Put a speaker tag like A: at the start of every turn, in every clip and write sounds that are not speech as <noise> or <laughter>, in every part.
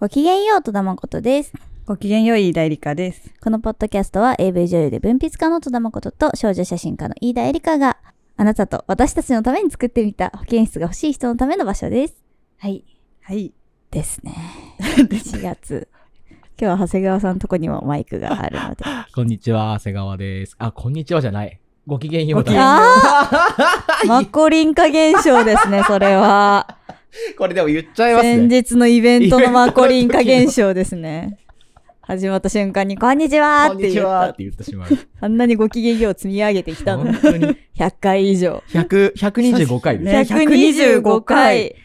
A: ごきげんよう、戸田誠です。
B: ごきげんよい代理科です。
A: このポッドキャストは AV 女優で文筆家の戸田誠と少女写真家の飯田絵理香があなたと私たちのために作ってみた保健室が欲しい人のための場所です。はい。
B: はい。
A: ですね。4月。今日は長谷川さんのとこにもマイクがあるので。
C: こんにちは、瀬川です。あ、こんにちはじゃない。ごきげんよう
B: ごきげん
C: だ。
B: よ
A: あーマコリン化現象ですね、それは。
C: これでも言っちゃいます
A: 先
C: ね。
A: 日のイベントのマコリン化現象ですね。始まった瞬間に、こんにちは
C: こ
A: っ
C: ん
A: て
C: にち
A: 言っ。
C: はったて言ってしまう。
A: あんなにご機嫌よう積み上げてきたの
C: 本
A: に。
C: 当に。
A: 100回以上。
C: 100、125回です。
B: ね125回。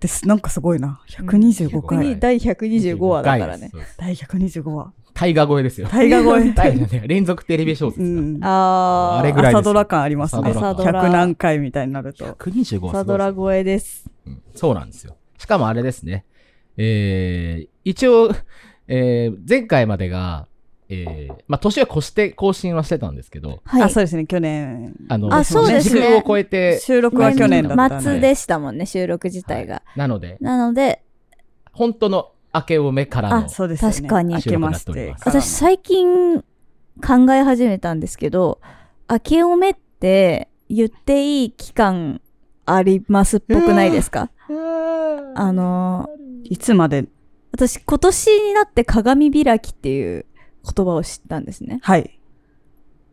B: です。なんかすごいな。125
C: は
A: 国
B: 回。
C: い
A: 第125話だからね
C: 125。回です。
B: 第125話。
C: 大河越えですよ。
B: 大
A: <laughs>
B: 河越え。
C: 大河じゃない連続テレビ小説
B: う
C: ですか
B: ん。
A: あー。
C: あれぐらいです
B: 朝ドラ感ありますね。
C: 朝
A: ドラ
B: 100何回みたいになる
C: ら。
B: と。
C: 125は
A: 朝
C: すご
A: ド
C: い
A: ラ
C: です
A: 超えです。
C: うんそうなんですよ。しかもあれですね。えー、一応、えー、前回までが、えー、まあ、年は越して更新はしてたんですけど、
A: はい。
B: あ、そうですね。去年。
C: あの、
A: あそうですね
C: 時空を超えて、
B: 収録は去年だったん
A: 末
B: で。
A: でしたもんね、収録自体が。
C: なので、
A: なので、
C: 本当の明けおめからの
A: あ
B: そうですよね。
A: 確かに
B: 明けまして。
A: 私最近考え始めたんですけど、明けおめって言っていい期間ありますっぽくないですかあのー、
B: いつまで
A: 私今年になって鏡開きっていう言葉を知ったんですね。
B: はい。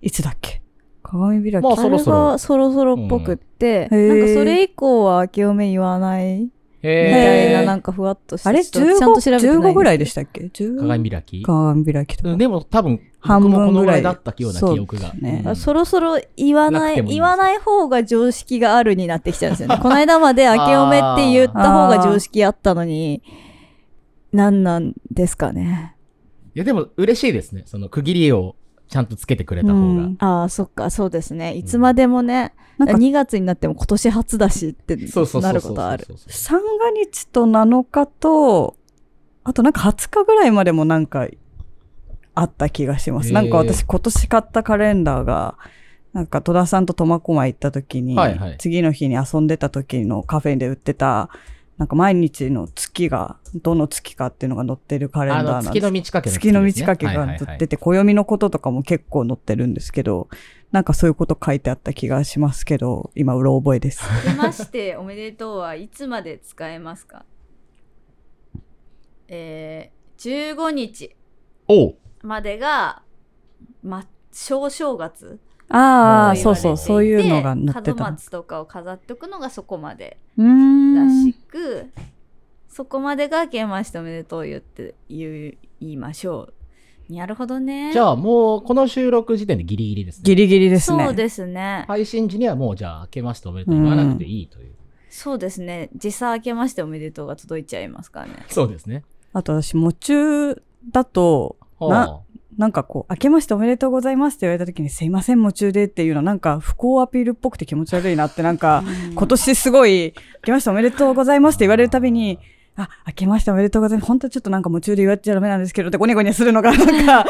B: いつだっけ鏡開き
C: もう。そろそろ
A: あれがそろそろっぽくって、
B: うんへー
A: なんかそれ以降は明けおめ言わないみたい
C: へ
A: な、
B: ー
A: なんかふわっとした
B: あれ
A: ちょっとちゃんと調べてないんですけど
B: 15ぐらいでしたっけ ?15
C: ー。鏡開き
B: 鏡開きと
C: うん
B: か。
C: でも多分、
B: 半
C: 僕もこ
B: 分
C: の
B: ぐ
C: ぐ
B: ら
C: ら
B: い
C: いだったような記憶が
B: そう。ですね
C: うん
A: そろそろ言わな
C: なく
A: い
C: てもいい
A: 言わない方が常識があるになってきちゃうんです
B: <laughs>
A: よね。この間まで明けおめって言った方が常識あったのに、何なんですかね。
C: いや、でも嬉しいですね。その区切りをちゃんとつけてくれた方
B: う
C: が
B: ん。
A: ああ、そっか、そうですね。いつまでもね、
B: なんか
A: 2月になっても今年初だしって
C: そうそうそうそう。
A: なることある。
C: そうそうそう。
B: 三が日と7日と、あとなんか20日ぐらいまでもなんかあった気がします。
C: へー
B: なんか私今年買ったカレンダーが、なんか戸田さんと苫小牧行った時に、
C: はいはい
B: 次の日に遊んでた時のカフェで売ってた、なんか毎日の月が、どの月かっていうのが載ってるカレン
C: あ
B: ダ
C: の、
B: ーなん
C: 月
B: です
C: の満ち欠け
B: 月の満ち欠けが
C: 載
B: 載ってて、暦のこととかも結構載ってるんですけど、なんかそういうこと書いてあった気がしますけど、今、うろ覚えです。
A: 出ましておめでとうはいつまで使えますかえー、15日
C: おう
A: までが、ま、小正月
B: あ
C: そう言われ
B: あ、
C: ていて
B: そうそう、そういうのが載って
A: 門
B: た。
A: 松とかを飾っておくのがそこまで
B: うーん
A: らしく、そこまでが「明けましておめでとう」言って言う言いましょうなるほどね
C: じゃあもう、この収録時点でギリギリですね。
B: ギリギリですね。
A: そうですね
C: 配信時にはもう、じゃあ、明けましておめでとう言わなくていいという。
A: そうですね実際「明けましておめでとう」が届いちゃいますからね
C: そうですね。
B: あと私、喪中だと、な
C: は
B: なんかこう、明けましておめでとうございますって言われた時に、すいません、喪中でっていうの、なんか不幸アピールっぽくて気持ち悪いなって、なんか、今年すごい、明けましておめでとうござい
C: あ
B: ますって言われるたびに、、あ、明けましておめでとうございます。本当はちょっとなんか夢中で言われちゃダメなんですけどってゴニャゴニャするのが、なん
C: <laughs>
B: か、あ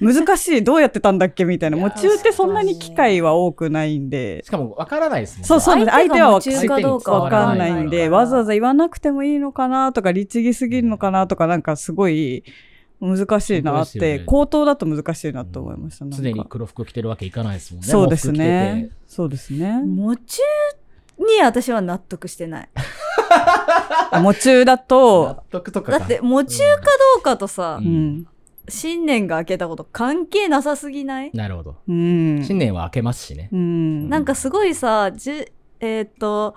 B: の、難しい。どうやってたんだっけみたいな。
C: いや
B: 夢中ってそんなに機会は多くないんで
C: し。かも、わからないですもんね。
B: そうそうなんです、
A: 相手
B: 相手
A: が
B: は
A: 夢
B: わ
A: 中かどうか
B: わかんないん
C: わかんない
B: で、
C: から
B: わざわざ言わなくてもいいのかなとか、律儀すぎるのかなとか、なんかすごい難しいなっ
C: 本当ですよ
B: て、
C: ね
B: 口頭だと難しいなと思いました。なんか
C: 常に黒服着てるわけいかないですもんね。
B: そうです
C: 喪服着て
B: ね
C: て。。
B: そうですね。
A: <laughs> 夢中に私は納得してない
B: あ夢中だ
C: 納
B: と、
C: 得とか
A: だ
C: か
A: って夢中かどうかとさ、
C: <laughs> う
B: う
C: うん
B: ん。
A: 新年が明けたこと関係なさすぎない、
C: なるほど。
B: うん。
C: 新年は明けますしね。
B: うん。
A: なんかすごいさじゅえーっと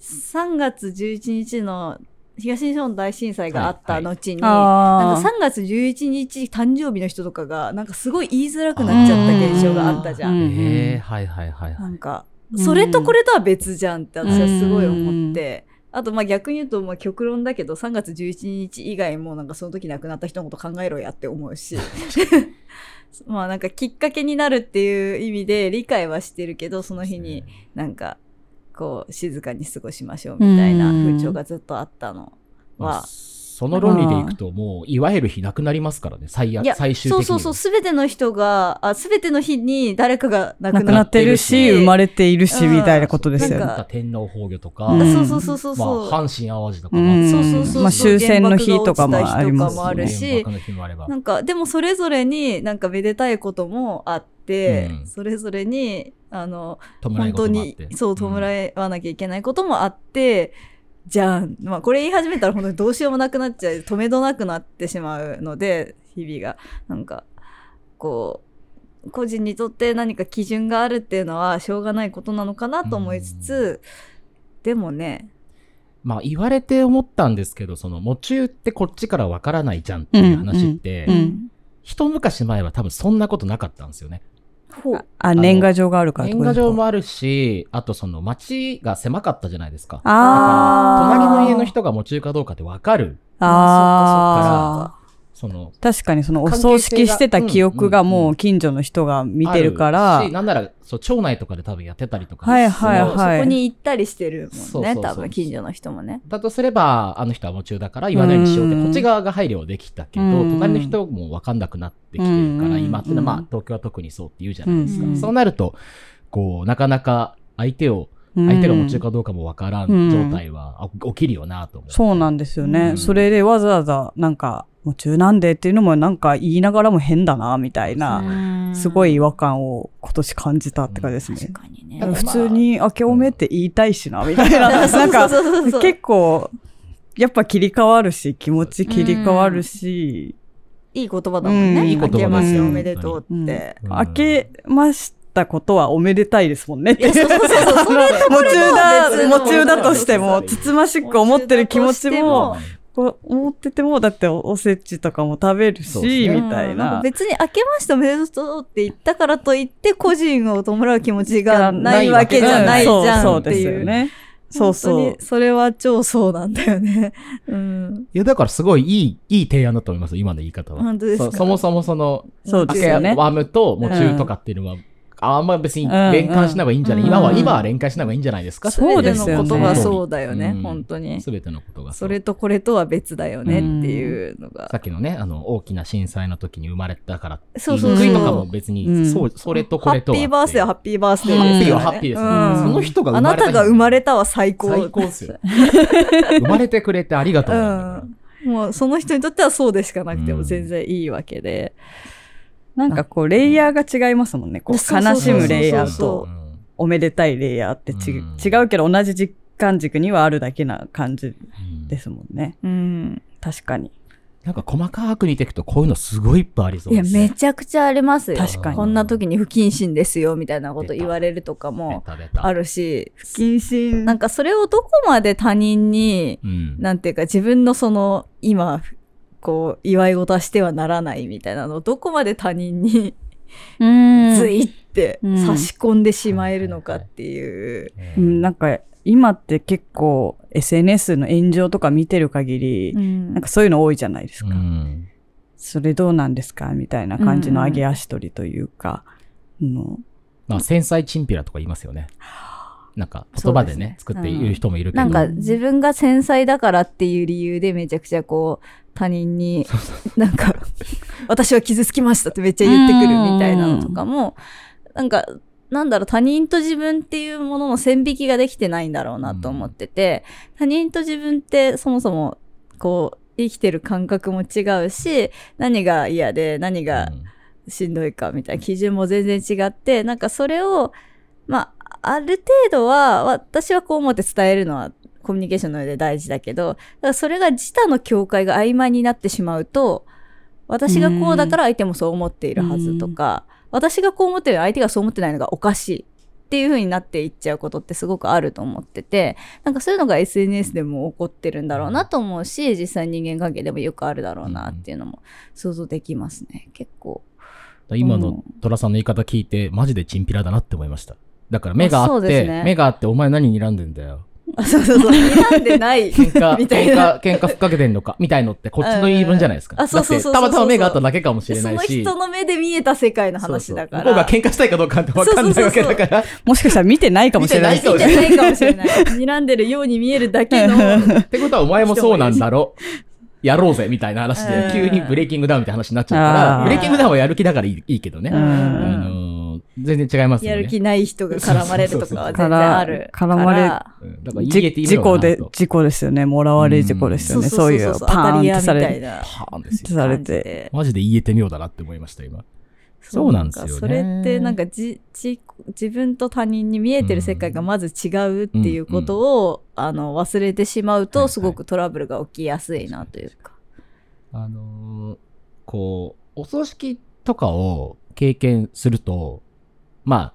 A: 3月11日の東日本大震災があった後に、
B: あ
A: なんか3月11日誕生日の人とかがなんかすごい言いづらくなっちゃった現象があったじゃ。
B: うん
C: へ
B: ん
C: え、はいはいはいはい。
A: なんか
B: うん
A: それとこれとは別じゃんって私はすごい思って。あとまあ逆に言うとまあ極論だけど3月11日以外もなんかその時亡くなった人のこと考えろやって思うしまあなんかきっかけになるっていう意味で理解はしてるけどその日になんかこう静かに過ごしましょうみたいな風潮がずっとあったの
C: まあ。
A: は
C: その論理でいくと、もう、いわゆる日なくなりますからね、最悪
A: いや
C: 最終的に
A: そう
C: は。
A: そうそう、すべての人が、あ、すべての日に誰かが亡
B: 亡
A: く
B: く
A: な
B: な
A: っ
B: ってて
A: る
B: る
A: し、
B: し、生まれているし、
A: うん
B: みたいなことですよ
A: なん
B: ね。
A: か
C: 天皇崩御とか、
B: う
A: あ
B: ん
A: そうそうそうそうそう。
C: まあ、阪神・淡路とか、
B: うん
A: そうそうそうそう
B: まあ終戦の日とかもありま
A: 原爆が落ちた日と
B: す
A: かもあ
B: よ
A: る
B: ね。
A: し
C: 原爆の日もあれば
A: なんか、でもそれぞれになんかめでたいこともあって、
C: うん
A: それぞれに、あの、
C: 弔い
A: 本当
C: 事もあっ
A: に
C: て、
A: そう、弔わなきゃいけないこともあって、じゃあ、まあこれ言い始めたら本当にどうしようもなくなっちゃう、止めどなくなってしまうので、日々が。なんか、こう、個人にとって何か基準があるっていうのはしょうがないことなのかなと思いつつ、でもね、
C: まあ言われて思ったんですけど、その、喪中ってこっちからわからないじゃんっていう話って、
B: うん
C: 一昔前は多分そんなことなかったんですよね。
A: ほう。
B: あ、年賀状があるからって
C: 年
B: こと
C: 賀
B: ですか
C: 状もあるし、あとその街が狭かったじゃないですか。
B: あー
C: 隣の家の人が喪中かどうかってわかる。
B: ああ。
C: その、
B: 確かにそのお葬式してた記憶がもう近所の人が見てるか
C: あ
B: ら
C: し、なんなら、そう、町内とかで多分やってたりとか。
B: はいはい
A: そう
B: はい
A: そこに行ったりしてる
C: そう
A: も
C: そ
A: ん
C: う
A: ね、
C: そう
A: 多分近所の人もね。
C: だとすれば、あの人は夢中だから言わないようにしようって、
B: うん
C: こっち側が配慮はできたけど、
B: うん
C: 隣の人もわかんなくなってきてるから、
B: うん
C: 今ってのは、まあ
B: うん、
C: 東京は特にそうって言うじゃないですか。
A: うん
C: そうなると、こう、なかなか相手を、相手が夢中かどうかもわからん状態はあ起きるよなと思う。
B: そうなんですよね。
C: うん
B: それでわざわざなんか、もう中なんでっていうのもなんか言いながらも変だな、みたいな、すごい違和感を今年感じたって感じです
A: 確
B: ね。
A: かに
C: うん
A: ね。
B: 普通に明けおめって言いたいしな、みたいな。なんか、
A: そうそうそうそう
B: 結構、やっぱ切り替わるし、気持ち切り替わるし、
A: いい言葉だもん
B: うん
A: ね。
B: いい言葉です
C: よ
A: 明けましておめでとう
B: うん
A: って。
C: うん
B: 明けましたことはおめでたいですもんねって。
A: いやそうそうそうそれと
B: 夢
A: これと
B: 中
A: は
B: だ、
A: 別の
B: 夢中だとして
C: そ
B: も、
C: う
B: つつましく思ってる気持ちも、こう思ってても、だっておせちとかも食べるし、
C: そうですね
B: みたい
A: うんんか
B: な。
A: 別に明けましておめでとうって言ったからといって個人を弔う気持ちがないわけじゃないじゃんっていう。
B: ね。そうそ
A: 本
B: う
A: 当に。それは超そうなんだよね。うん。
C: いや、だからすごいいい、いい提案だと思います、今の言い方は。
A: 本当ですか
C: そそもそもその、
B: そう
C: 明
B: で
C: け
B: すよね。
C: ワムと夢中とかっていうのは、あんま別に連関しなばいいんじゃない、
A: うんうん
C: 今は、
A: うん
C: 今は連関しなばいいんじゃないですか
B: そうです
A: 全
B: よね
A: てのことがそうだよね、
C: うん
A: 本当に。
C: すべてのことが
A: そうれとこれとは別だよねっていうのが
C: さ。っきのね、あの、大きな震災の時に生まれたからって
A: そう
C: い
A: そう
C: う
B: そう
C: 悔いとかも別に、
B: うん
C: そう、それとこれとは
A: ハッピーバースデーはハッピーバースデ
C: ハ
A: ー
C: ッ
A: で
C: ピ
A: す
C: ー
A: よ、
C: は
A: ね。
C: ハッピーです、
A: うん
C: その人が
A: あなたが生まれ
C: た
A: たは最
C: 日
A: 高。
C: 最高ですよ。 <laughs> 生まれてくれてありがとうなんだから。
A: うん。もうその人にとってはそうでしかなくて
C: う
A: も
C: ん
A: 全然いいわけで。
B: なんかこう、レイヤーが違いますもんね。こう、
A: そうそう
B: 悲
A: そ
B: し
A: う
B: むレイ
A: そう
B: ヤー
A: そう
B: と、おめでたいレイヤーってち
C: うん
B: 違うけど、同じ時間軸にはあるだけな感じ
C: うん
B: ですもんね。
A: うん。
B: 確かに。
C: なんか細かく似ていくと、こういうのすごいいっぱいありそう
A: いや、
C: です、
A: めちゃくちゃありますよ。
B: 確かに
A: こんな時に不謹慎ですよ、みたいなこと言われるとか
C: ベ
A: も
C: タベタ
A: あるし、不謹
B: 謹慎
A: なんかそれをどこまで他人に、
C: うん。
A: なんていうか自分のその、今、こう、祝い事はしてはならないみたいなのをどこまで他人に、
B: うん
A: ついって
B: うん
A: 差し込んでしまえるのかっていう。
C: え
B: う
C: ー
B: ん、なんか、今って結構 SNS の炎上とか見てる限り、
A: うん
B: なんかそういうの多いじゃないですか。
C: うん
B: それどうなんですかみたいな感じの上げ足取りというか、うん
C: まあ、繊細チンピラとか言いますよね。なんか、言葉でね、
A: そう
C: 作
A: ですね
C: っている人もいるけど。
A: なんか自分が繊細だからっていう理由でめちゃくちゃこう他人に <laughs> なんか私は傷つきましたってめっちゃ言ってくるみたいなのとかもなんかなんだろう他人と自分っていうものの線引きができてないんだろうなと思ってて他人と自分ってそもそもこう生きてる感覚も違うし何が嫌で何が
C: うん
A: しんどいかみたいな基準も全然違ってなんかそれをまあある程度は私はこう思って伝えるのはコミュニケーションの上で大事だけどだからそれが自他の境界が曖昧になってしまうと私がこうだから相手もそう思っているはずとか私がこう思ってる相手がそう思ってないのがおかしいっていう風になっていっちゃうことってすごくあると思っててなんかそういうのが SNS でも起こってるんだろうなと思うし実際人間関係でもよくあるだろうなっていうのも想像できますね結構。
C: 今の寅さんの言い方聞いて、マジでチンピラだなって思いました。だから目が
A: そ
C: あっ
A: うで
C: て、
A: すね
C: 目があって、お前何睨んでんだよ。
A: あそうそうそう。睨んでない。
C: 喧
A: <laughs>
C: 嘩、
A: みたい
C: 喧
A: な。
C: 嘩、喧嘩ふっかけてんのか、みたいのって、こっちの言い分じゃないですか。
A: うんあそうそうそうそう
C: だってたまたま目があっただけかもしれ
A: そ
C: ない
A: の
C: し。
A: 人の目で見えた世界の話だから。
C: そうそう向こうが喧嘩したいかどうかって分かんないわけだから。
B: もしかしたら見てないかもし
A: <laughs>
B: れない
C: 見てないかもし
A: じゃないかもしれない。睨んでるように見えるだけの。 <laughs>
C: ってことは、お前もそうなんだろう。やろうぜみたいな話
A: う
C: で
A: ん、
C: 急にブレイキングダウンみたいな話になっちゃうか
B: あー
C: ら、ブレイキングダウンはやる気だからいいいいけどね。
B: う
C: あ
B: ん
C: のー、全然違いますよ
A: や
C: ね。
A: る気ない人が絡まれるとかは全然ある。
B: から絡まれ
A: から
C: うんだから
B: じ
C: EAT
B: 事故
C: 見
B: で
C: ろよ、
B: 事故ですよね。もらわれ事故ですよね。そういう、
A: 当
B: パー
A: た
B: ンっ
A: り屋
B: て
A: み
B: さ
A: た
B: れ
A: い
B: る。
A: な
C: パーンですよ。
B: され
A: 感じ
B: て。
A: で。
C: マジで言えてみようだなって思いました、今。そうなんですよね
A: かそれってなんかじじ自分と他人に見えてる世界がまず違うっていうことを、あの忘れてしまう
C: はいは
A: と
C: い
A: すごくトラブルが起きやすいなというか。
C: あのーこう、お葬式とかを経験すると、まあ、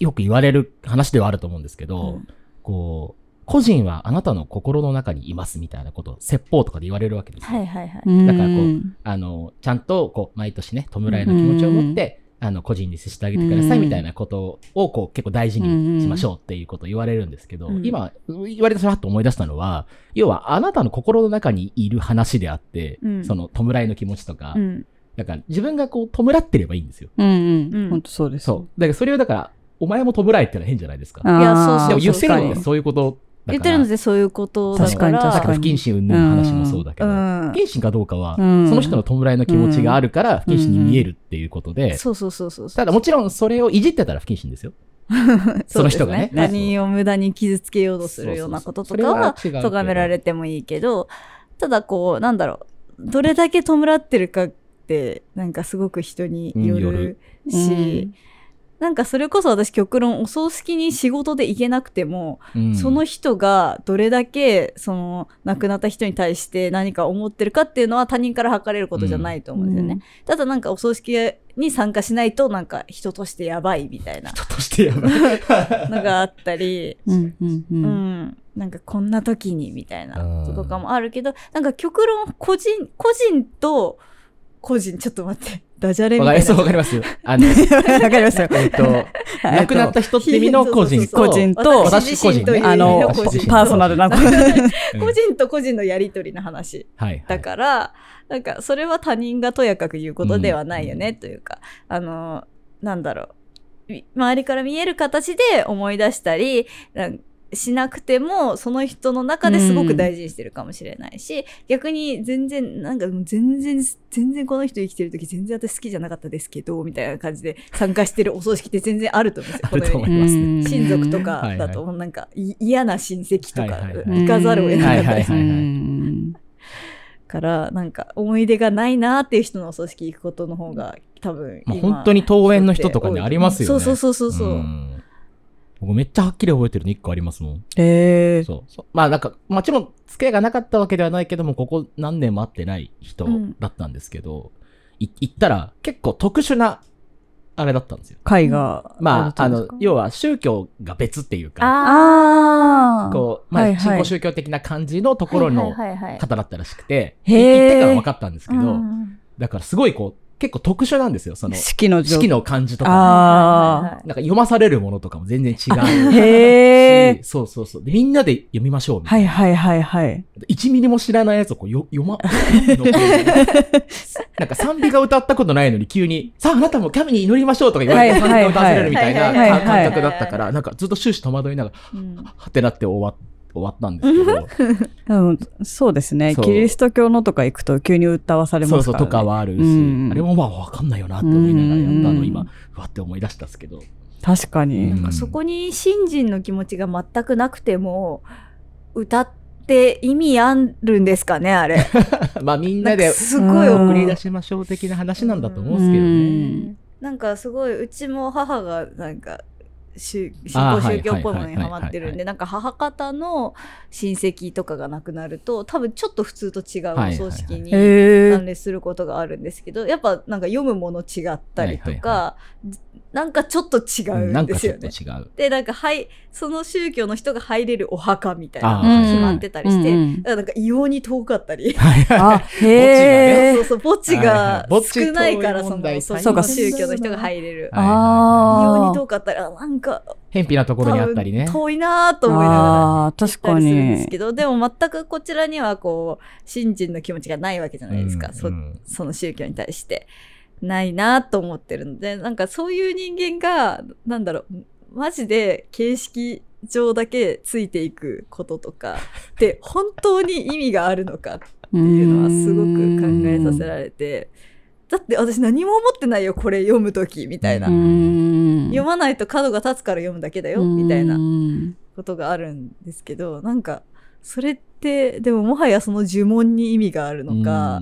C: よく言われる話ではあると思うんですけど、
A: うん
C: こう、個人はあなたの心の中にいますみたいなこと、説法とかで言われるわけですよ。
A: はいはいはい。
B: だ
C: だからこうあの、ちゃんと、こう、毎年ね、弔いの気持ちを持って、あの、個人に接してあげてくださいみたいなことを、こう、結構大事にしましょうっていうことを言われるんですけど
A: う、ん
C: 今、言われてそれはっと思い出したのは、要は、あなたの心の中にいる話であって
A: う、ん
C: その、弔いの気持ちとか
A: う、ん
C: だから、自分がこう、弔ってればいいんですよ。
B: う。うんう。
A: うんん
B: 本当そうです。
C: そう。だから、それをだから、お前も弔えってのは変じゃないですか。
B: あー。
A: いやそうそうそ
C: でも
A: う
C: 言ってるのは
A: 確
C: そういうことだから。
A: 言ってるのでそういうことだ
B: 確か
A: か
B: に
A: ら。
C: さっきの不謹慎云々の話もそうだけど、
A: うん
C: 不謹慎かどうかは、
B: うん
C: その人の弔いの気持ちがあるから、不謹慎に見えるっていうことで、
A: そうそうそうそうそう。
C: ただもちろんそれをいじってたら不謹慎ですよ。その人がね
A: そうです他人を無駄に傷つけようとするようなこととかは、
C: そうそうそうそれは違うけど
A: 咎められてもいいけど、ただこう、なんだろう、どれだけ弔ってるかって、なんかすごく人によ
C: うんよる
A: るし、なんかそれこそ私極論、お葬式に仕事で行けなくても、
C: うん
A: その人がどれだけ、その、亡くなった人に対して何か思ってるかっていうのは他人から測れることじゃないと思うんですよね。ただなんかお葬式に参加しないと、なんか人としてやばいみた
C: <laughs>
A: いな
C: 人としてやばい。
A: のがあったり、
B: うんうんう。
A: うんん、なんかこんな時にみたいな
C: うん
A: こととかもあるけど、なんか極論個人、個人と個人、ちょっと待って、ダジャレみ
C: わ
A: た
C: かり
A: い
C: ます、わ
A: な。
C: かりますよ。あ
A: <laughs>
C: の、
B: わかりましたよ。
C: えっと、亡くなった人って身の個人と、
A: そう
B: 個人と
C: 私個
A: 私自
C: 人ね
A: 身という
B: あの、
A: 個人
B: パーソナルな。
C: うん
A: 個人と個人のやりとりの話。
C: はいはい。
A: だから、なんかそれは他人がとやかく言うことではないよね、
C: うん
A: というか、あの、なんだろう、み周りから見える形で思い出したり、なんしなくても、その人の中ですごく大事にしてるかもしれないし、逆に全然、なんかもう全然、全然この人生きてる時全然私好きじゃなかったですけど、みたいな感じで参加してるお葬式って全然あると思うんですよ、
C: あ
A: この
C: る
A: 世
C: と思
A: に
C: い。ますね。
A: 親族と
C: は
A: か
C: い
A: だと、なんかい嫌な親戚と
C: は
A: か
C: いはいはい
A: 行かざるを得なかったりする
C: はいはいはい
A: からなんか思い出がないなーっていう人のお葬式行くことの方が多分
C: まあ本当に遠縁の人とかにありますよね。
A: そうそうそうそうそう、
C: ん僕めっちゃはっきり覚えてるの1個ありますもん。
B: えー
C: そうそう。まあなんか、もちろん付き合いがなかったわけではないけども、ここ何年も会ってない人
A: うん
C: だったんですけど、い行ったら結構特殊な、あれだったんですよ。
B: 会が。
C: まあ、あの、
B: あ
C: 要は宗教が別っていうか、
A: あ
B: あー。
C: こう、ま
B: はい
C: あ、
B: はい
C: 信仰宗教的な感じのと
A: ー
C: ころ
A: はい
C: の
A: はいはいはい
C: 方だったらしくて、
B: へ
C: い行
B: ー
C: ってから分かったんですけ
A: う
C: ど、
A: ん
C: だからすごいこう、結構特殊なんですよ、その、
B: 式の状
C: 式の感じとかも。
B: あー。
C: なんか読まされるものとかも全然違うし。
B: へえ。
C: そうそうそう。でみんなで読みましょうみたいな
B: はいはいはいはい。
C: 1ミリも知らないやつをこうよ読ま、
B: <laughs>
C: なんか賛美が歌ったことないのに急に、さああなたも神に祈りましょうとか言われて
B: は
C: 賛
B: いはい
C: 美が
B: はい
C: 歌わされるみたいな
A: はい
B: はい
C: 感
B: はい
C: 感覚だったから、なんかずっと終始戸惑いながら、
A: うんうん
C: はてなって終わ終わったんですけど、
B: うん、そうですね。
C: そう
B: キリスト教のとか行くと急に歌わされ
C: そう
B: ま
C: そう
B: すから、ね。
C: とかはあるし、
B: うん
C: あれもまあわかんないよなって思いながらやった
B: う
C: の
B: ん
C: 今、ふわって思い出したんですけど。 <laughs>
B: 確かに。
A: なんかそこに信心の気持ちが全くなくても歌って意味あるんですかねあ
C: <laughs>
A: れ
C: まあみん
A: な
C: なん
A: か
C: です
A: ごい
B: うん
A: 思
C: 送
A: い
C: り出しましょう的な話なんだと思うんですけど
B: う
C: ね。
B: ん
A: なんかすごいうちも母がなんか宗信
C: あー
A: 仰宗教っぽいものに
C: はいは
A: ハ
C: いはいはい
A: マってるん
C: はいは
A: でなんか母方の親戚とかが亡くなると多分ちょっと普通と違うお葬式に
B: へ
A: 関
B: え。
A: 連することがあるんですけどやっぱなんか読むもの違ったりとか、
C: はい
A: なんかちょっと違
C: うん
A: う
C: なんん
A: で
C: か
A: す
C: ちょ
A: よ
C: っと
A: ね。
C: 違う。
A: でなんかはいその宗教の人が入れるお墓みたいな
C: あーはい
A: 決まってたりして、
B: うんう
A: だ
B: ん
A: からなんか異様に遠かったり。
C: はいはい
B: あ、へ
A: そ
B: え
A: う。そう墓地
C: はいは
A: が
C: い墓地
A: 少ないから、
C: 遠い
A: そ
C: 問題
A: のそ
B: そうか
A: の宗教の人が入れる
C: はいはい
A: 異
B: あー
A: 様に遠かったら、あなんか、
C: 偏僻なところにあったりね。
A: 多分遠いなーと思いながら。
B: ああー、確
A: た
B: か
A: りするんで
B: に
A: す。けどでも全くこちらにはこう信心の気持ちがないわけじゃないですか、そ
C: うん
A: その宗教に対してないなと思ってるのでなんかそういう人間がなんだろうマジで形式情だけついていくこととかって本当に意味があるのかって
B: て
A: いうのはすごく考えさせられてだって私何も思ってないよこれ読む時みたいな
C: う
A: 読まないと角が立つから読むだけだよみたいなことがあるんですけどなんかそれってでももはやその呪文に意味があるのか。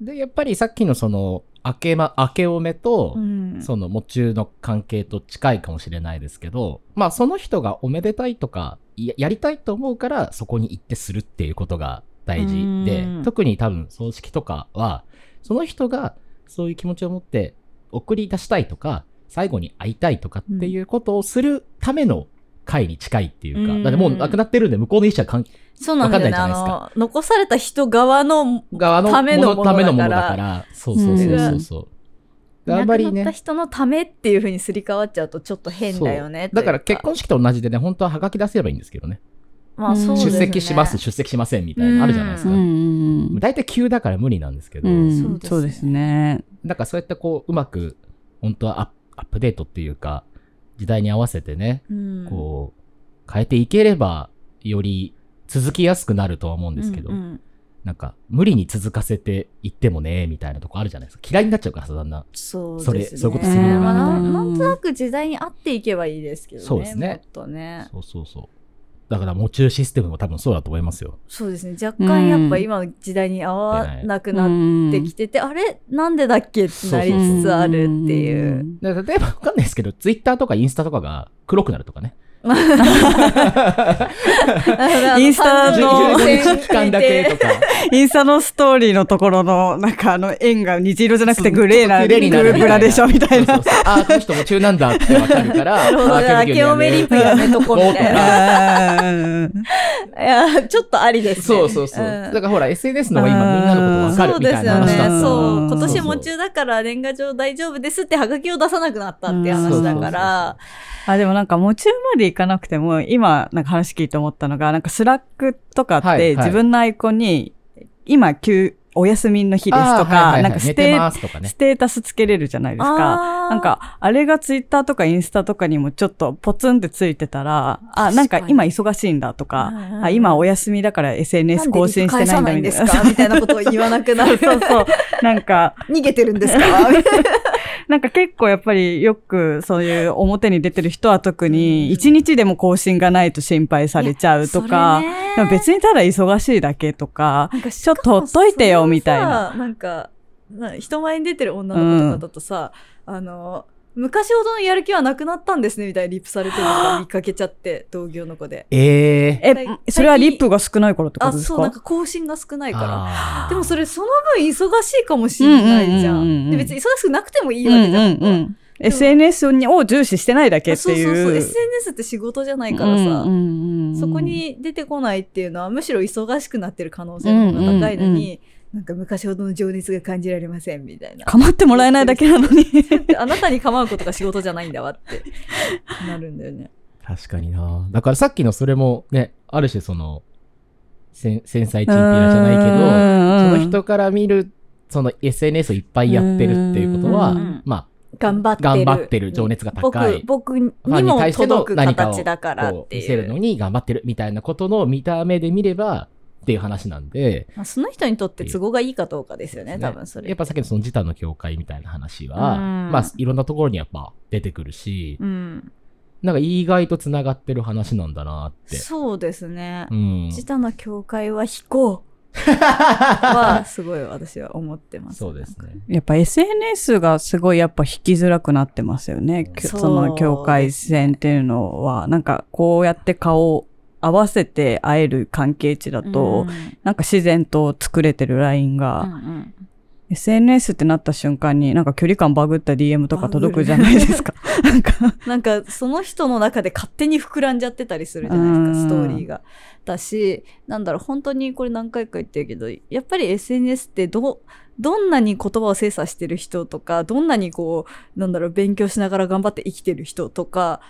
C: うんで、やっぱりさっきのその、明けま、明けおめと、
A: うん
C: その、喪中の関係と近いかもしれないですけど、まあ、その人がおめでたいとか、ややりたいと思うから、そこに行ってするっていうことが大事で
A: うん、
C: 特に多分、葬式とかは、その人がそういう気持ちを持って送り出したいとか、最後に会いたいとかっていうことをするための会に近いっていうか、
A: うん
C: だってもう亡くなってるんで、向こうの意思は関
A: そうなんだよね。
C: わか
A: あ
C: んないじゃない
A: の、残された人側の、
C: 側の
A: ためのものだから
C: ためのものだから。そうそうそうそうそう。あ
A: 亡
C: んま
A: く
C: り
A: なった
C: ね。
A: 人のためっていう風にすり替わっちゃうとちょっと変だよね。
C: だから結
A: 構
C: 婚式と同じでね、本当ははがき出せればいいんですけどね。
A: まあそうです
C: 出
A: ね。
C: 席します、出席しませんみたいな、あるじゃないですか。大体急だから無理なんですけ
A: そ
C: ど、
A: うですね
B: そうですね。
C: なんかそうやってこう、うまく、本当はアップアップデートっていうか、時代に合わせてね、
A: うん。
C: こう、変えていければ、より続きやすくなるとは思うんですけど、
A: うんうん
C: なんか、無理に続かせていってもね、みたいなとこあるじゃないですか。嫌いになっちゃうからさ、だんだん。
A: そう
C: それ
A: ですね。
C: そういうことするのが
A: まあな
B: うん
A: んなんとなく時代に合っていけばいいですけどね。
C: そうですね
A: もっとね。
C: そうそうそう。だから、喪中システムも多分そうだと思いますよ。
A: そうですね。若干やっぱ今の時代に合わなくなってきてて、あれなんでだっけってなりつつあるって <laughs> いう。
C: で例えば、わかんないですけど、ツイッターとかインスタとかが黒くなるとかね。
B: インスタ
A: あ
B: の
A: の
C: 15日期間だけとか。
B: インスタのストーリーのところの、なんかあの、円が虹色じゃなくてグレーな、
C: グレーになるみたいな
B: グラデーションみたい
C: そ
B: な
C: う。そうそうああ、この人も中なんだってわかるから。
A: なるほどね
C: あー
A: 明けおめリップやめとこうみたいな。
B: あー
A: いや、ちょっとありですね。
C: そうそうそう。
A: ん
C: だからほら、SNS の方が今みんなのことわか
A: そう
C: るみ
A: で
C: たい
A: す
C: な
A: よ
C: 話
A: ね
C: だった。
A: そう今
C: そう
A: 年
C: そう
A: も中だから年賀状大丈夫ですってハガキを出さなくなったって
B: うんそ
A: 話
B: うそう
A: だ
B: そう
A: から
B: あ、でもなんか、夢中までいかなくても、今、なんか話聞いて思ったのが、なんかスラックとかっ
C: はいはい
B: て、自分のアイコンに、今、休、お休みの日です
C: あ
B: と
C: ーはいはいは
B: か、
C: い
B: なんかス
C: 寝て
B: テー
C: ますとかね
B: ス。テータスつけれるじゃないですか。
A: あー
B: なんか、あれがツイッターとかインスタとかにもちょっとポツンってついてたら、あ、なんか
A: 確かに
B: 今忙しいんだとか、
A: うんうん
B: あ今お休みだから
A: なん
B: SNS
A: で
B: 更新してないんだみ
A: リプ返
B: たい
A: さ
B: な。
A: ないんですかみたいなことを言わなくなる。
B: <laughs> そうそう。なんか、
A: 逃げてるんですかみたいな
B: なんか結構やっぱりよくそういう表に出てる人は特
A: うん
B: に一日でも更新がないと心配されちゃうとか、でも別にただ忙しいだけとか、
A: なんか
B: ちょっとほっといてよみたいな。
A: しかもそれをさなんか、な人前に出てる女の子とかだとさ、あの、昔ほどのやる気はなくなったんですねみたいなリップされてるのが見かけちゃって、同業の子で。
C: ええ
B: え
A: 最近、
B: それはリップが少ない頃ってこ
A: あ、
B: とですか
A: そう、なんか更新が少ないから。
C: あー
A: でもそれその分忙しいかもしれないじゃ
B: うんうんうんうんうん
A: ん。で別に忙しくなくてもいいわ
B: うん
A: けじゃん。
B: うんうん。SNS にを重視してないだけ
A: あ
B: って
A: そう
B: い。
A: そううそう。SNS って仕事じゃないからさ、
B: うんうんうん
A: そこに出てこないっていうのはむしろ忙しくなってる可能性の方が高いのに、
B: うんうんう
A: なんか昔ほどの情熱が感じられませんみたいな。
B: 構ってもらえないだけなの
A: <laughs>
B: に。
A: であなたに構うことが仕事じゃないんだわってなるんだよね。
C: 確かになだからさっきのそれもね、ある種その、せ繊細チンピラじゃないけど、その人から見る、その SNS をいっぱいやってるっていうことは、
A: うん
C: ま
A: 頑張ってる。
C: 頑張ってる情熱が高い
A: 僕、僕
C: あ、ファ
A: に
C: ンに
A: も
C: 対しての
A: 届く
C: 何かを
A: 形だからっ
C: こう
A: て
C: 見
A: い
C: せる
A: う。
C: のに頑張ってるみたいなことの見た目で見ればっていう話なんで、
A: まあ、その人にとって都合がいいかどうかですよね、多分それ。
C: やっぱさっきのその自他の境界みたいな話は、
A: うん
C: まあいろんなところにやっぱ出てくるし、
A: うん。
C: なんか意外と繋がってる話なんだなって。
A: そうですね。
C: うん。
A: 自他の境界は引こうは、すごい私は思って <laughs> ます。
C: そうですね。
B: やっぱ SNS がすごいやっぱ引きづらくなってますよね。きょ
A: そう
B: その境界線っていうのは、なんかこうやって顔を合わせて会える関係値だ
A: うん。
B: と、なんか自然と作れてるライン
A: う
B: が、
A: んうん、
B: SNS ってなった瞬間になんか距離感バグった DM とか届くじゃないですか。なんか、
A: なんかその人の中で勝手に膨らんじゃってたりするじゃないですか、ス
B: う
A: ト
B: ん
A: ーリーが。だし、なんだろう、本当にこれ何回か言ってるけど、やっぱり SNS ってど、どんなに言葉を精査してる人とか、どんなにこう、なんだろう、勉強しながら頑張って生きてる人とか、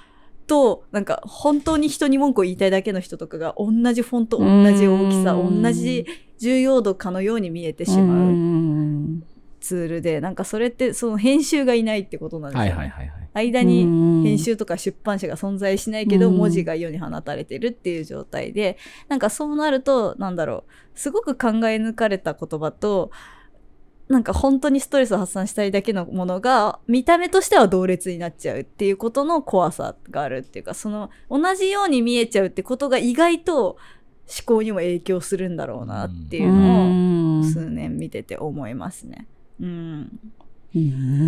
A: と、なんか本当に人に文句を言いたいだけの人とかが同じフォント、同じ大きさ、
B: うん
A: 同じ重要度かのように見えてし
B: う
A: まうんツールで、なんかそれってその編集がいないってことなんですよ
C: は
A: ね。
C: いはいはいはい。
A: 間に編集とか出版社が存在しないけど、文字が世に放たれてるっていう状態で、なんかそうなると、なんだろう、すごく考え抜かれた言葉と、なんか本当にストレスを発散したいだけのものが、見た目としては同列になっちゃうっていうことの怖さがあるっていうか、その、同じように見えちゃうってことが意外と思考にも影響するんだろうなっていうのを、数年見てて思いますね。うん。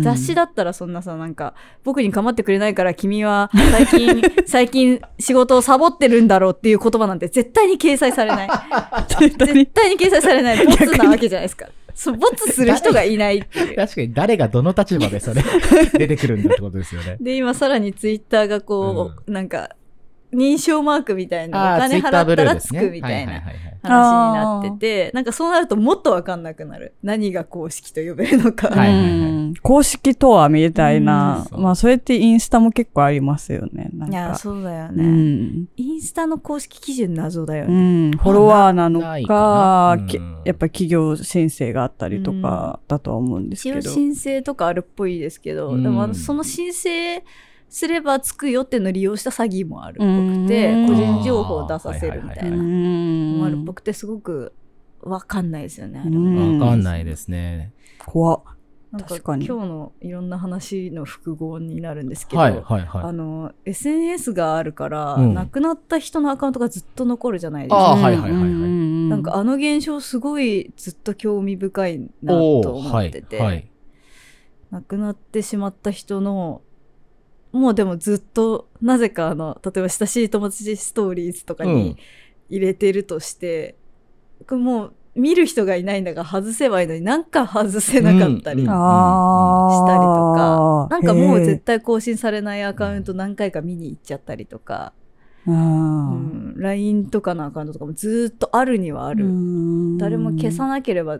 A: 雑誌だったらそんなさなんか僕に構ってくれないから君は最
C: <laughs>
A: 近最近仕事をサボってるんだろうっていう言葉なんて絶対に掲載されない
B: 絶対
A: 絶
B: に
A: 対に掲載されないボツなわけじゃないですかそうボツする人がいないっていう
C: 確かに <laughs> 誰がどの立場で <laughs> それ出てくるんだってことですよね。
A: で今さらにツイッターがこう、なんか認証マークみたいな
C: <laughs> あ
A: お
C: あ、ツ
A: 金
C: イ
A: 払
C: ッ
A: っ
C: ター
A: た
C: ブルー
A: ら
C: です
A: つ
C: ね。
A: くみたい
C: は
A: な
C: ははいはい
A: 話になってて、なんかそうなるともっとわかんなくなる何が公式と呼べるのか、
C: はいはいはい
B: うん公式とはみたいな、
C: うん
B: まあそれってインスタも結構ありますよねなん
A: いや
B: か
A: そうだよ
B: う
A: ね、
B: ん
A: インスタの公式基準謎だよ
B: う
A: ね。
B: ん、フォロワーなの
C: な
B: か
C: いかな
B: け
C: うん
B: やっぱ企業申請があったりとかだとは思うんです
A: 一
B: け
A: 応
B: ど、
A: 申請とかあるっぽいですけど、
C: うん
A: でもあのその申請すればつくよっていうのを利用した詐欺もあるっぽく
B: う
A: て、
B: ん
A: 個人情報を出させるみた
C: はいい
A: な
C: は
B: うん
A: もあるっぽくて、すごくわかんないですよね。あれ
B: う
A: も
B: ん
C: わかんないですね。
B: 怖っ
A: なん
B: 確かに
A: 今日のいろんな話の複合になるんですけど、
C: はいはいは
A: あ
C: い。
A: の SNS があるから、
C: うん
A: 亡くなった人のアカウントがずっと残るじゃないです
C: あ
A: か。
C: はいはいはいはい
A: な
B: なん
A: かあの現象すごいずっと興味深いなと
C: ー
A: 思
C: は
A: っ
C: い
A: てて、
C: はい。
A: 亡くなってしまった人のもうでもずっとなぜかあの例えば親しい友達ストーリーズとか
C: うん
A: に入れてるとして、これもう見る人がいないんだから外せばいいのになんか外せなかったり、
C: うんうん
B: あー
A: したりとかなんかもう絶
B: へ
A: 対更新されないアカウント何回か見に行っちゃったりとか、
B: ー
A: う
B: あ
A: ん、LINE とかのアカウントとかもずっとあるにはある
B: る
A: 誰も消さなければ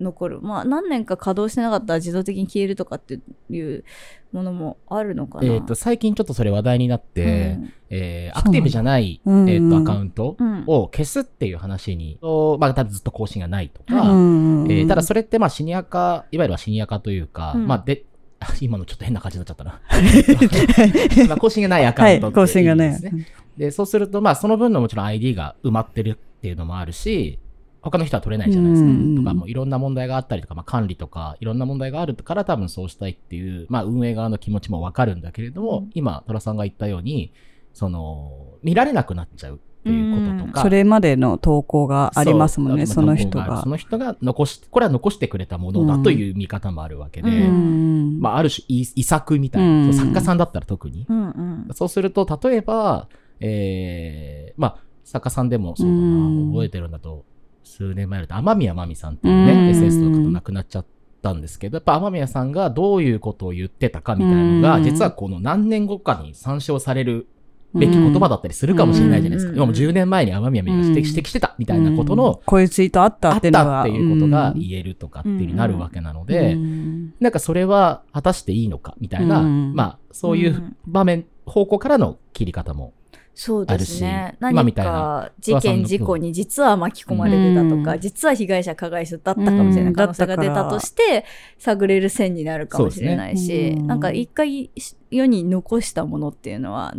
A: 残る、まあ何年か稼働してなかったら自動的に消えるとかっていうものもあるのかな。
C: えっと、最近ちょっとそれ話題になっ
A: う
C: て、
A: ん
C: えーアクティブじゃない、え
B: そうなんだ
C: ー
B: う
C: と、
B: んう
C: ア
B: ん
C: カウント
A: うん
C: を消すっていう話に、まあ、ただずっと更新がないと
B: う
C: か、
B: ん
C: えーただそれって、まあ、シニア化、いわゆるはシニア化というか、
A: うん
C: まあ、で、 <laughs> あ今のちょっと変な感じになっちゃったな。
A: <laughs>
C: まあ、更新がないアカ
B: <laughs> は
C: ウン
B: い
C: トって
B: 更新が
C: いい
B: ね
C: ですね。で、そうすると、まあ、その分のもちろん ID が埋まってるっていうのもあるし、他の人は取れないじゃないですか。
B: うん
C: とか、もういろんな問題があったりとか、まあ、管理とか、いろんな問題があるから多分そうしたいっていう、まあ、運営側の気持ちもわかるんだけれども、
A: うん
C: 今、トラさんが言ったように、その、見られなくなっちゃうっていうこととか、
B: それまでの投稿がありますもんね
C: う
B: その人が
C: その人が残し、これは残してくれたものだという見方もあるわけで、
A: うん
C: まあ、ある種遺、遺作みたいな、
B: うん
C: その作家さんだったら特に。
A: うんうん
C: そうすると、例えば、えー、まあ、作家さんでもそうだ
B: うん
C: な、覚えてるんだと、数年前だと、天宮真美さんっていうね、
B: うん
C: SS の方亡くなっちゃったんですけど、やっぱ天宮さんがどういうことを言ってたかみたいなのが、
B: うん
C: 実はこの何年後かに参照されるべき言葉だったりするかもしれないじゃないですか。
A: うん
C: 今もう10年前に天宮真美が指摘
B: うん
C: 指摘してたみたいなことの、
B: こういうツイートあった
C: あ
B: っ
C: って
B: いうのが
C: たっていうことが言えるとかっていう風になるわけなので、
B: うん
C: なんかそれは果たしていいのかみたいな、
B: うん
C: まあそうい
A: うん
C: う場面、方向からの切り方も。
A: そうですね。
C: あるし今
A: 何
C: みたいな
A: か事件事故に実は巻き込まれてたとか、
B: うん
A: 実は被害者加害者だったかもしれな
B: うん
A: い可能性が出たとして、探れる線になるかもしれない
B: そうで
A: し、
B: すねうん
A: なんか一回世に残したものっていうのは、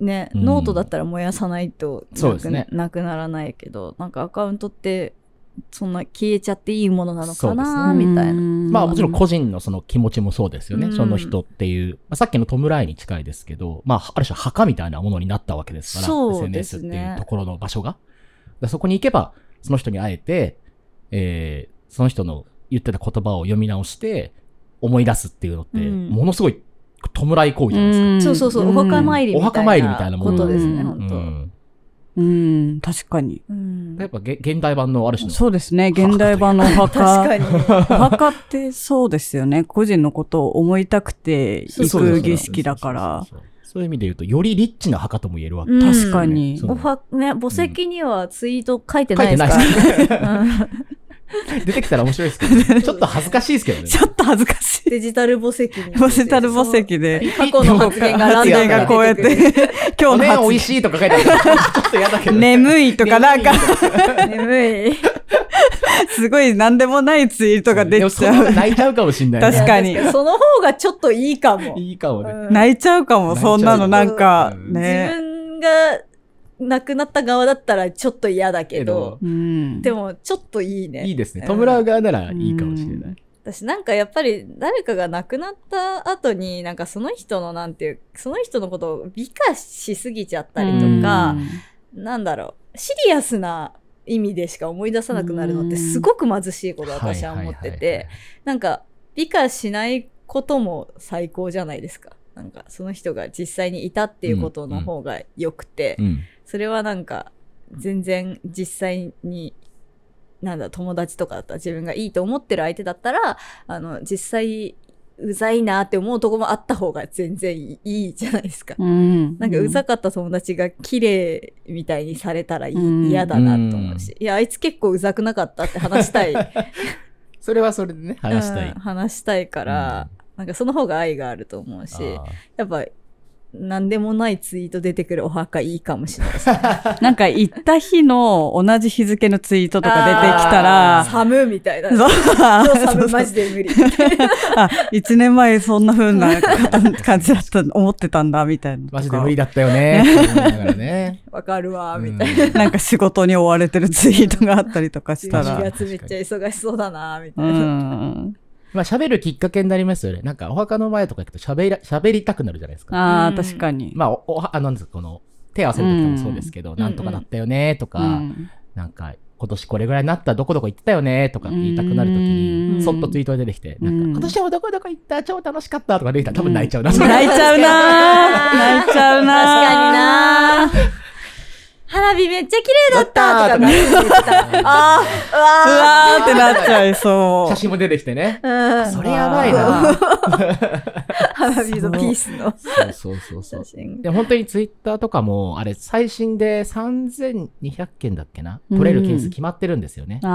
A: ね、
C: うん
A: ノートだったら燃やさないとなく,、
C: そうですね
A: なくならないけど、なんかアカウントってそんな消えちゃっていいものなのかな、
C: そうで
A: みたいな。
B: な
C: まあもちろん個人のその気持ちもそうですよね。
A: うん
C: その人っていう、まあ、さっきの弔いに近いですけど、まあある種墓みたいなものになったわけですから、
A: そうです
C: SNS っ
A: ね
C: ていうところの場所が。だからそこに行けば、その人に会えて、えーその人の言ってた言葉を読み直して、思い出すっていうのって、
A: うん
C: ものすごい弔い行為じゃないですか。
A: そうそうそう、お墓参りみたいな。
C: お墓参りみたいなも
A: こ
C: の
A: とですね、
B: うん
A: 本当、
C: うん
B: り。うん、確かに。
A: うん
C: やっぱげ現代版のある種の
B: そうですね、現代版のお
A: <laughs> 確か
B: 墓。
A: に。
B: お墓ってそうですよね。個人のことを思いたくて行
C: そうです
B: く儀式だから。
C: そうそうそうそうそういう意味で言うとよりリッチな墓とも言えるわけ、
A: うん
B: 確かに
C: そう
A: おはね、墓石にはツイート書いてないですから、
C: 書い <laughs>
A: ねうん
C: 出てきたら面白いですけどね、ちょっと恥ずかしいですけどね
B: ちょっと恥ずかしい。
A: <laughs> デジタル墓石に。
B: バセタル墓石で。
A: 過去の発言がランダム
B: 発言
A: に
C: <laughs>
B: がこうやっ
A: 出くる。
B: て、 <laughs> 今
C: おでん
B: 日の
C: 美味
B: 発
C: しいとか書いてあるちょっと嫌だけど
B: 言。眠いとかなんか、
A: 眠い。
B: すごい何でもないツイートが出ち
C: でもそ
B: ゃ
C: んな
B: う
C: の。泣いちゃうかもしんない
B: 確
C: ね。
B: かに
A: いやその方がちょっといいかも。
C: いいかもね。
A: うん
B: 泣いちゃうかも、
C: 泣いちゃ
B: そ
C: か
B: う
C: も
B: んなのなんか、
C: うん
A: 自
B: ね。
A: 分が亡くなった側だったらちょっと嫌だけど、
B: うん
A: でもちょっといいね。
C: いいですね。
A: うん
C: 弔う側ならいいかもしれない。
A: 私なんかやっぱり誰かが亡くなった後になんかその人のなんていうその人のことを美化しすぎちゃったりとか、なんだろうシリアスな意味でしか思い出さなくなるのってすごく貧しいことだと私は思っててなんか美化しないことも最高じゃないですか。なんかその人が実際にいたっていうことの方が良くて、
C: うん。
A: それはなんか全然実際になんだ友達とかだったら自分がいいと思ってる相手だったらあの実際うざいなって思うとこもあった方が全然いいじゃないですか。
B: うん。
A: なんかうざかった友達が綺麗みたいにされたらい
B: うん
A: 嫌だなと思うし、いや、あいつ結構うざくなかったって話した
B: <laughs>
A: い。
C: それはそれでね、話した
A: う
C: い
A: ん。話したいから、なんかその方が愛があると思うし、
C: あ
A: やっぱ、なんでもないツイート出てくるお墓いいかもしれないですね。
B: なんか行った日の同じ日付のツイートとか出てきた
A: <laughs>
B: ら、
A: 寒みたいな。
B: <laughs> そう
A: 超寒マジで
B: <laughs>
A: 無理。
B: あ、一年前そんな風な感じだった、思ってたんだ、みたいな。
C: マジで無理だったよね。って思いなが
A: <laughs>
C: らね
A: わかるわ、
C: うん
A: みたいな。
B: なんか仕事に追われてるツイートがあったりとかした
A: 12
B: ら。
A: 月めっちゃ忙しそうだな、みた
B: う
A: いな。
B: ん。
C: まあ喋るきっかけになりますよね。なんかお墓の前とか行くと喋ら喋りたくなるじゃないですか。
B: あ
A: う
B: あ、
A: ん
B: 確かに。
C: まあ、お、おはあ、なんですか、この、手合わせる時もそうですけど、
A: ん
C: なんとかなったよねとか、
B: うん
C: なんか、今年これぐらいになった、どこどこ行ってたよねとかって言いたくなるとき
B: う
C: に、
B: ん
C: そっとツイートが出てきて、なんか、
B: うん
C: 今年はどこどこ行った、超楽しかったとか出てきたら多 <laughs> 分泣いちゃうな。
B: 泣いちゃうな
A: <laughs>
B: ー泣いちゃうなー
A: 確かにな花火めっちゃ綺麗だったとかなるんですか
C: <laughs>
A: ああ、う
B: う
A: わ
B: わーってなっちゃいそう
C: 写。真も出てきてね。
A: ーうん
C: それやばいな。
A: 花火のピースの
C: そうそうそうそ
A: 写。
C: う
A: 真
C: でも本当にツイッターとかも、あれ、最新で3200件だっけな取れる件数決まってるんですよね。あ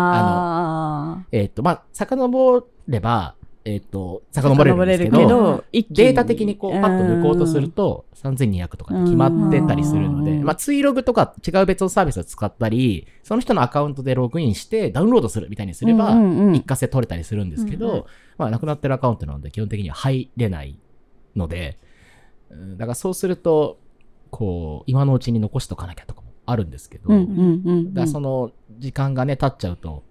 C: の、
B: あ
C: えっ、と、まあ、遡れば、えっ、と、
B: あ。
C: 遡れるんですけ
A: 遡れるけ
C: ど、
A: ど
B: 一気に
C: データ的にこう、パッと抜こうとすると、3200とかって決まってたりするので、
B: うん
C: まあ、ツイログとか違う別のサービスを使ったり、その人のアカウントでログインしてダウンロードするみたいにすれば、
B: うんうんうん
C: 一過性取れたりするんですけど、
A: うんうん
C: まあ、なくなってるアカウントなので、基本的には入れないので、うんだからそうすると、こう、今のうちに残しとかなきゃとかもあるんですけど、
B: うんうんうんうん
C: だからその時間がね、経っちゃうと、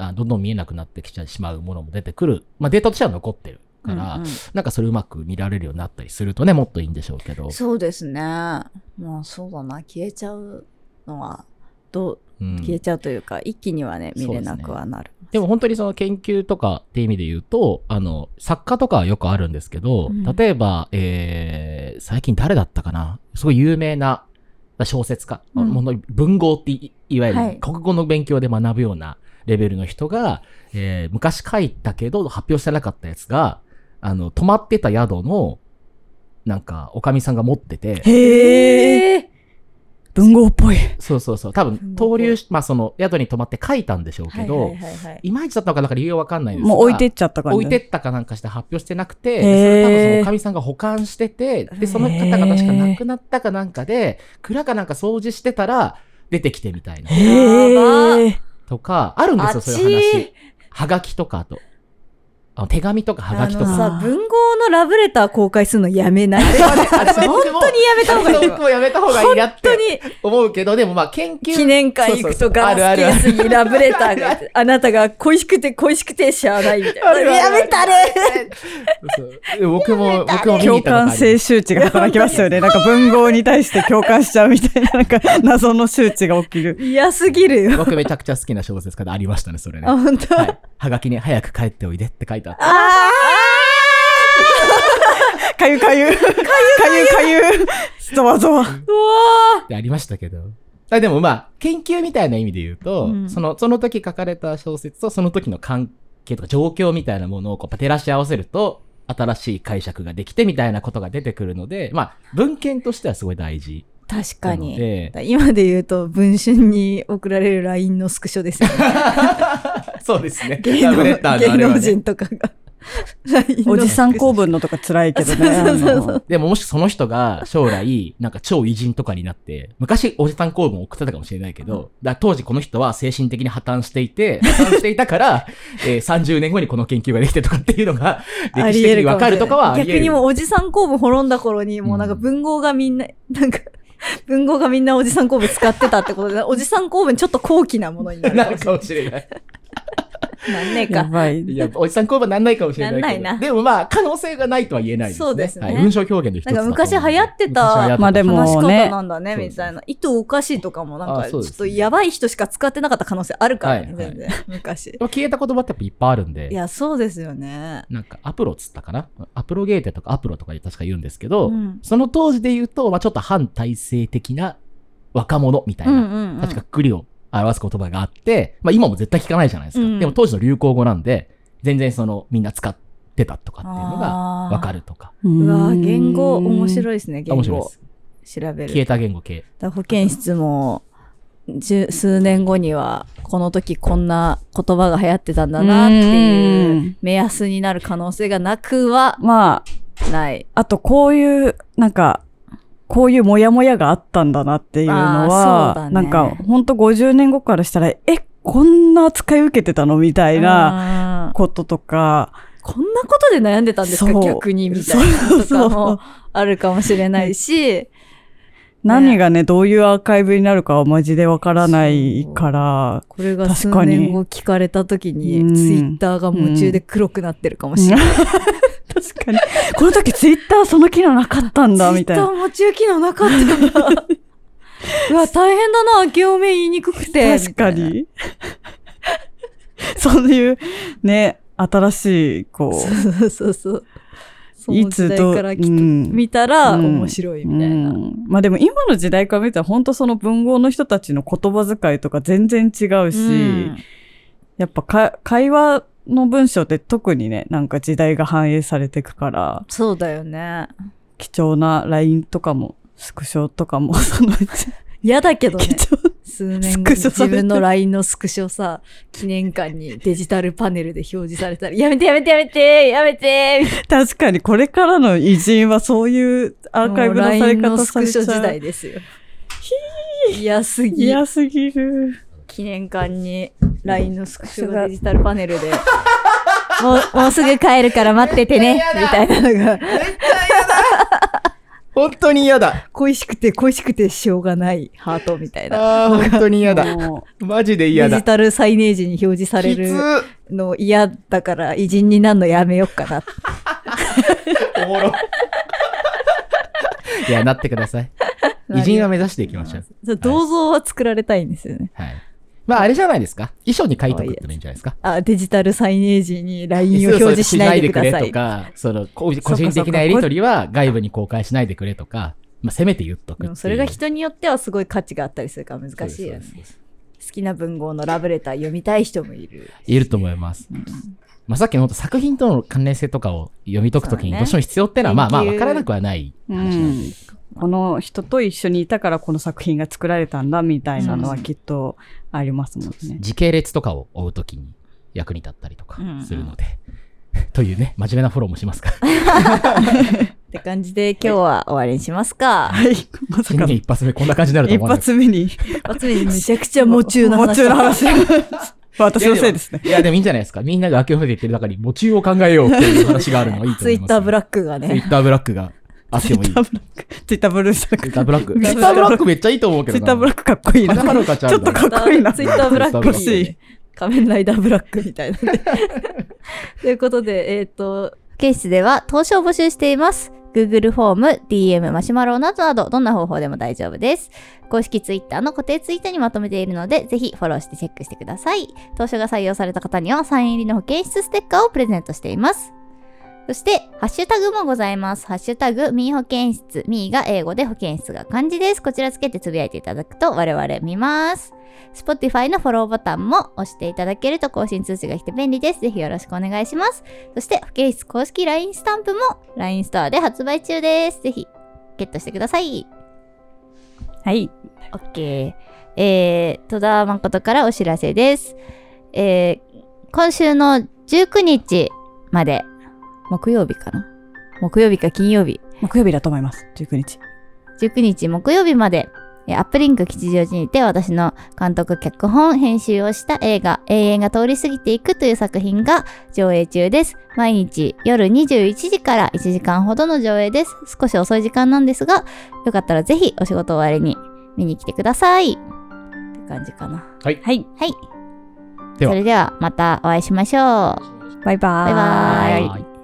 C: あどんどん見えなくなってきてしまうものも出てくる。まあ、データとしては残ってるから、
A: うんうん
C: なんかそれうまく見られるようになったりするとね、もっといいんでしょうけど。
A: そうですね。まあそうだな、消えちゃうのは、ど
C: う
A: うん消えちゃうというか、一気にはね、見れなくはなる。
C: でも本当にその研究とかって意味で言うと、あの、作家とかはよくあるんですけど、
A: うん
C: 例えば、えー、最近誰だったかなすごい有名な小説家、
A: うん
C: もの文豪っていいわゆ
A: は
C: る
A: い
C: 国語の勉強で学ぶようなレベルの人が、えー昔書いたけど発表してなかったやつが、あの、泊まってた宿の、なんか、おかみさんが持ってて、
B: へえ。
A: え
B: 文豪っぽい。
C: そうそうそう、多分、登竜し、まあその、宿に泊まって書いたんでしょうけど、
A: はいはいはいはい
C: いまいちだったのかなんか理由はわかんないですが
B: もう置いてっちゃった感じ。
C: 置いてったかなんかして発表してなくて、
B: へー
C: それ多分そのおかみさんが保管してて、で、その方が確か亡くなったかなんかで、蔵かなんか掃除してたら出てきてみたいな。
B: へえ。
C: とか、あるんですよ、
A: あち
C: そ
A: ー
C: ういう話。はがきとかあと。あの手紙とかはが
A: あ
C: きと
A: の
C: か。
A: さ、文豪のラブレター公開するのやめない。
C: <laughs> あれ
A: <laughs> 本当にやめた方がいい
C: それもやめた方がいいなっ
A: 本当
C: て
A: に
C: 思うけど、でもまあ研究。
A: 記念会行くとガラスケースにラブレターがあってあなたが恋しくて恋しくてしゃあないみたいな。やめたれ
C: そう僕も、僕も見に行
B: 共
C: ったことあり
B: 感
C: ます
B: 性周知が働きますよね。なんか文豪に対して共感しちゃうみたいな、なんか <laughs> 謎の周知が起きる。
A: 嫌すぎるよ。
C: 僕めちゃくちゃ好きな小説家でありましたね、それね。
A: あ、
C: は
A: 本当。あ
C: い。はがきに早く帰っておいでって書いてあった。
A: あ
B: かゆかゆ。かゆかゆかゆ。ゾワゾワ。
A: うわ
C: ってありましたけど。あでもまあ、研究みたいな意味で言うと、
A: うん
C: その、その時書かれた小説とその時の関係とか状況みたいなものをこう照らし合わせると、新しい解釈ができてみたいなことが出てくるので、まあ、文献としてはすごい大事
A: ー確
C: な
A: か
C: の
A: に。
C: で、
A: 今で言うと、文春に送られる LINE のスクショですよね。
C: <laughs> そうですね。
A: 芸
C: ラブレタ
A: 能
C: ーのあ
A: 芸
C: れは
A: 能
C: ね
A: 人とかが。
B: おじさん公文のとか辛いけどね。
A: そうそうそうそう
B: あの
C: でももしその人が将来、なんか超偉人とかになって、昔おじさん公文を送ってたかもしれないけど、だから当時この人は精神的に破綻して
A: <laughs>
C: いて、破綻していたから、えー30年後にこの研究ができてとかっていうのが、
B: あ
C: 歴
B: り
C: 史的に
B: 得るかもしれない
C: わかるとかはあり得
A: 逆
C: る
A: にもうおじさん公文滅んだ頃に、もうなんか文豪がみんな、なんか、文豪がみんなおじさん公文使ってたって
C: <laughs>
A: ことで、おじさん公文ちょっと高貴なものになる
C: な
A: か
C: る
A: もし
C: かもしれない。
A: れない。なんねえ
B: や
A: か。
B: ばい。
C: いや、おじさん公文なんないかもしれないけど。
A: なんないな
C: でもまあ、可能性がないとは言えないですね。
A: そうですね
C: はい、文章表現の一つだと思う
A: なんか昔流行ってた
C: 昔流行
B: まあでも
A: 話し方
B: ね
A: なんだね、
C: そうそう
A: みたいな。糸おかしいとかも、なん
C: あ
A: か、ち
C: そ
A: ょ
C: うで
A: っ
C: すね
A: とやばい人しか使ってなかった可能性あるからね、
C: はいは
A: 全
C: い
A: 然。昔。
C: 消えた言葉ってやっぱいっぱいあるんで。
A: いや、そうですよね。
C: なんかアプロっつったかなアプロゲーテとかアプロとか確か言うんですけど、
A: うん
C: その当時で言うと、まあ、ちょっと反体制的な若者みたい
A: うん
C: な、
A: うんうん。
C: 確かくくりを表す言葉があって、まあ今も絶対聞かないじゃないですか。
A: うん
C: でも当時の流行語なんで、全然そのみんな使ってたとかっていうのが
A: あー
C: わかるとか。
B: う
A: うわー言語面白
B: い。
A: いですね、言
C: 面白いで
A: 語。調
C: す。
A: べる
C: 消え。た言語系。
A: だから保健室も十数年後にはこの時こんな言葉が流行ってたんだなって
B: う
A: いうん目安になる可能性がなくは
B: まあ、
A: ない。
B: あとこういう、なんか、こういうモヤモヤがあったんだなっていうの
A: あーそうだ
B: は、
A: ね
B: なんか、ほんと50年後からしたら、え、こんな扱い受けてたのみたいな
A: うん
B: こととか、
A: こんなことで悩んでたんですか
B: そう
A: 逆にみたいな
B: そう
A: とかもあるかもしれないし、
B: 何がね、どういうアーカイブになるかはマジでわからないから、
A: これが数
B: 確かに
A: 年後聞かれた時に
B: うん
A: ツイッターが夢中で黒くなってるかもしれ
B: <laughs>
A: ない。
B: 確かに。この時ツイッターその機能なかったんだ、
A: ツイ
B: み
A: ッタ
B: たいな。
A: ー夢中機能なかったんだ。
B: <laughs>
A: うわ、大変だな、明けおめ言いにくくて。
B: 確か
A: みたいな <laughs>
B: に。そういう、ね、新しい、こ、
A: そうそうそう。そうの
B: い
A: 時
B: つ
A: 代
B: と、
A: からき
B: うん
A: 見たら
B: うん
A: 面白いみたいな。
B: うんまあでも今の時代から見たら本当その文豪の人たちの言葉遣いとか全然違うし、
A: うん
B: やっぱか会話の文章って特にね、なんか時代が反映されていくから、
A: そうだよね。
B: 貴重な LINE とかも、スクショとかも、 <laughs> そのうち、
A: 嫌だけどね
B: 貴。重
A: 数年
B: ス
A: 後
B: ク
A: に
B: ショさ
A: 自
B: れて
A: 分の LINE のスクショさ、記念館にデジタルパネルで表示されたら、やめてやめてやめてやめてみたい
B: 確かにこれからの偉人はそういう
A: な
B: アーカイブのされ
A: LINE の
B: 方
A: ス
B: さ
A: ク
B: れ
A: シ
B: ちゃ
A: ョ
B: う。
A: 時代ですよ。嫌すぎ。
B: 嫌すぎる。
A: 記念館に LINE のスクショがデジタルパネ
B: <laughs>
A: ルで、もう、もうすぐ帰るから待っててね、みたいなのが。
C: 本当に嫌だ。
A: 恋しくて恋しくてしょうがないハートみたいな。
C: ああ、本当に嫌だ。
B: も
C: マジで
A: デジ。タルサイネージに表示される <laughs> の嫌だから偉人になるのやめよっか
C: <laughs>
A: な。
C: おもろ。いや、なってください。偉人は目指していきましょう。
A: そう銅像は作られたいんですよね。
C: はい。まあ、あれじゃないですか。衣装に書いとくってのいいんじゃないですか。
A: あ、デジタルサイネージに LINE を表示しないでくださ
C: そうそ
A: い
C: うしないでくれと。か、その、こ個人的なやりとりは外部に公開しないでくれとか、まあ、せめて言っとくって
A: で
C: いう
A: もそれが人によってはすごい価値があったりするから難しいよね
C: そうです。そうです
A: 好きな文豪のラブレター読みたい人もいる。
C: いると思います。まあ、さっきの本当作品との関連性とかを読み解くとき
A: そう
C: に
A: ね
C: どうしても必要ってのは、まあまあ、
A: 研究
C: わからなくはない。
B: ううん、この人と一緒にいたからこの作品が作られたんだみたいなのはきっとありますもんね。
C: 時系列とかを追うときに役に立ったりとか
A: うん
C: するので。 <laughs> というね、真面目なフォローもしますから。 <laughs>
A: って感じで今日は終わりにしますか。
B: はい。まさ
C: 新
B: か
C: 年一発目こんな感じになると
B: 一
C: 思わなかった
B: 発目に。
A: つまりめちゃくちゃ夢中の話。
B: 夢中
A: <laughs>
B: の話。 <laughs> 私のせいですね。
C: いや、でもいいんじゃないですか。みんなが明けおめで言ってる中に、夢中を考えようっていう話があるのはいいと
A: ツ
C: 思
A: イ
C: い
A: ッ
C: ます、
A: ターブラ
C: ッ
A: ックが
C: クツイ
A: ね。
C: ッターブラックがあってもいい。ツ
B: ツイッターブルーじゃな
C: イッ
B: くて
C: ターブラック。
B: ツ
C: ツイ
B: イッ
C: ッ
B: タ
C: タ
B: ー
C: ーブ
B: ブラ
C: ラ
B: ッ
C: ッ
B: ク
C: クめっちゃいいと思うけど
B: ツイッターブラ
C: ッ
B: ックかっこいいな。
C: 金
B: ち
C: はるかちゃんだ
B: ょっとかっこいいな
A: ツイ。ッターブラック
C: ツイッターブラックいい
A: いい
C: ね
A: 仮面ライダーブラックみたいな
B: <laughs>
A: ね。ということで、えっ、と、
D: ケースでは投資を募集しています。Google フォーム、DM、マシュマロなどなど、どんな方法でも大丈夫です。公式 Twitter の固定ツイートにまとめているので、ぜひフォローしてチェックしてください。当初が採用された方には、サイン入りの保健室ステッカーをプレゼントしています。そして、ハッシュタグもございます。ハッシュタグ、ミー保健室。ミーが英語で保健室が漢字です。こちらつけてつぶやいていただくと我々見ます。Spotify のフォローボタンも押していただけると更新通知が来て便利です。ぜひよろしくお願いします。そして、不景室公式 LINE スタンプも LINE ストアで発売中です。ぜひ、ゲットしてください。
B: はい。
D: OK。えー、戸田誠からお知らせです。えー、今週の19日
A: まで、木曜日かな木曜日か金曜日、
B: 木曜日だと思います。19日。
A: 19日木曜日まで、えーアップリンク吉祥寺にて私の監督、脚本、編集をした映画、永遠が通り過ぎていくという作品が上映中です。毎日夜21時から1時間ほどの上映です。少し遅い時間なんですが、よかったらぜひお仕事終わりに見に来てください。って感じかな。
C: はい
A: はい。はい。
C: では
A: それではまたお会いしましょう。
B: バイバ
A: バイバーイ
C: はい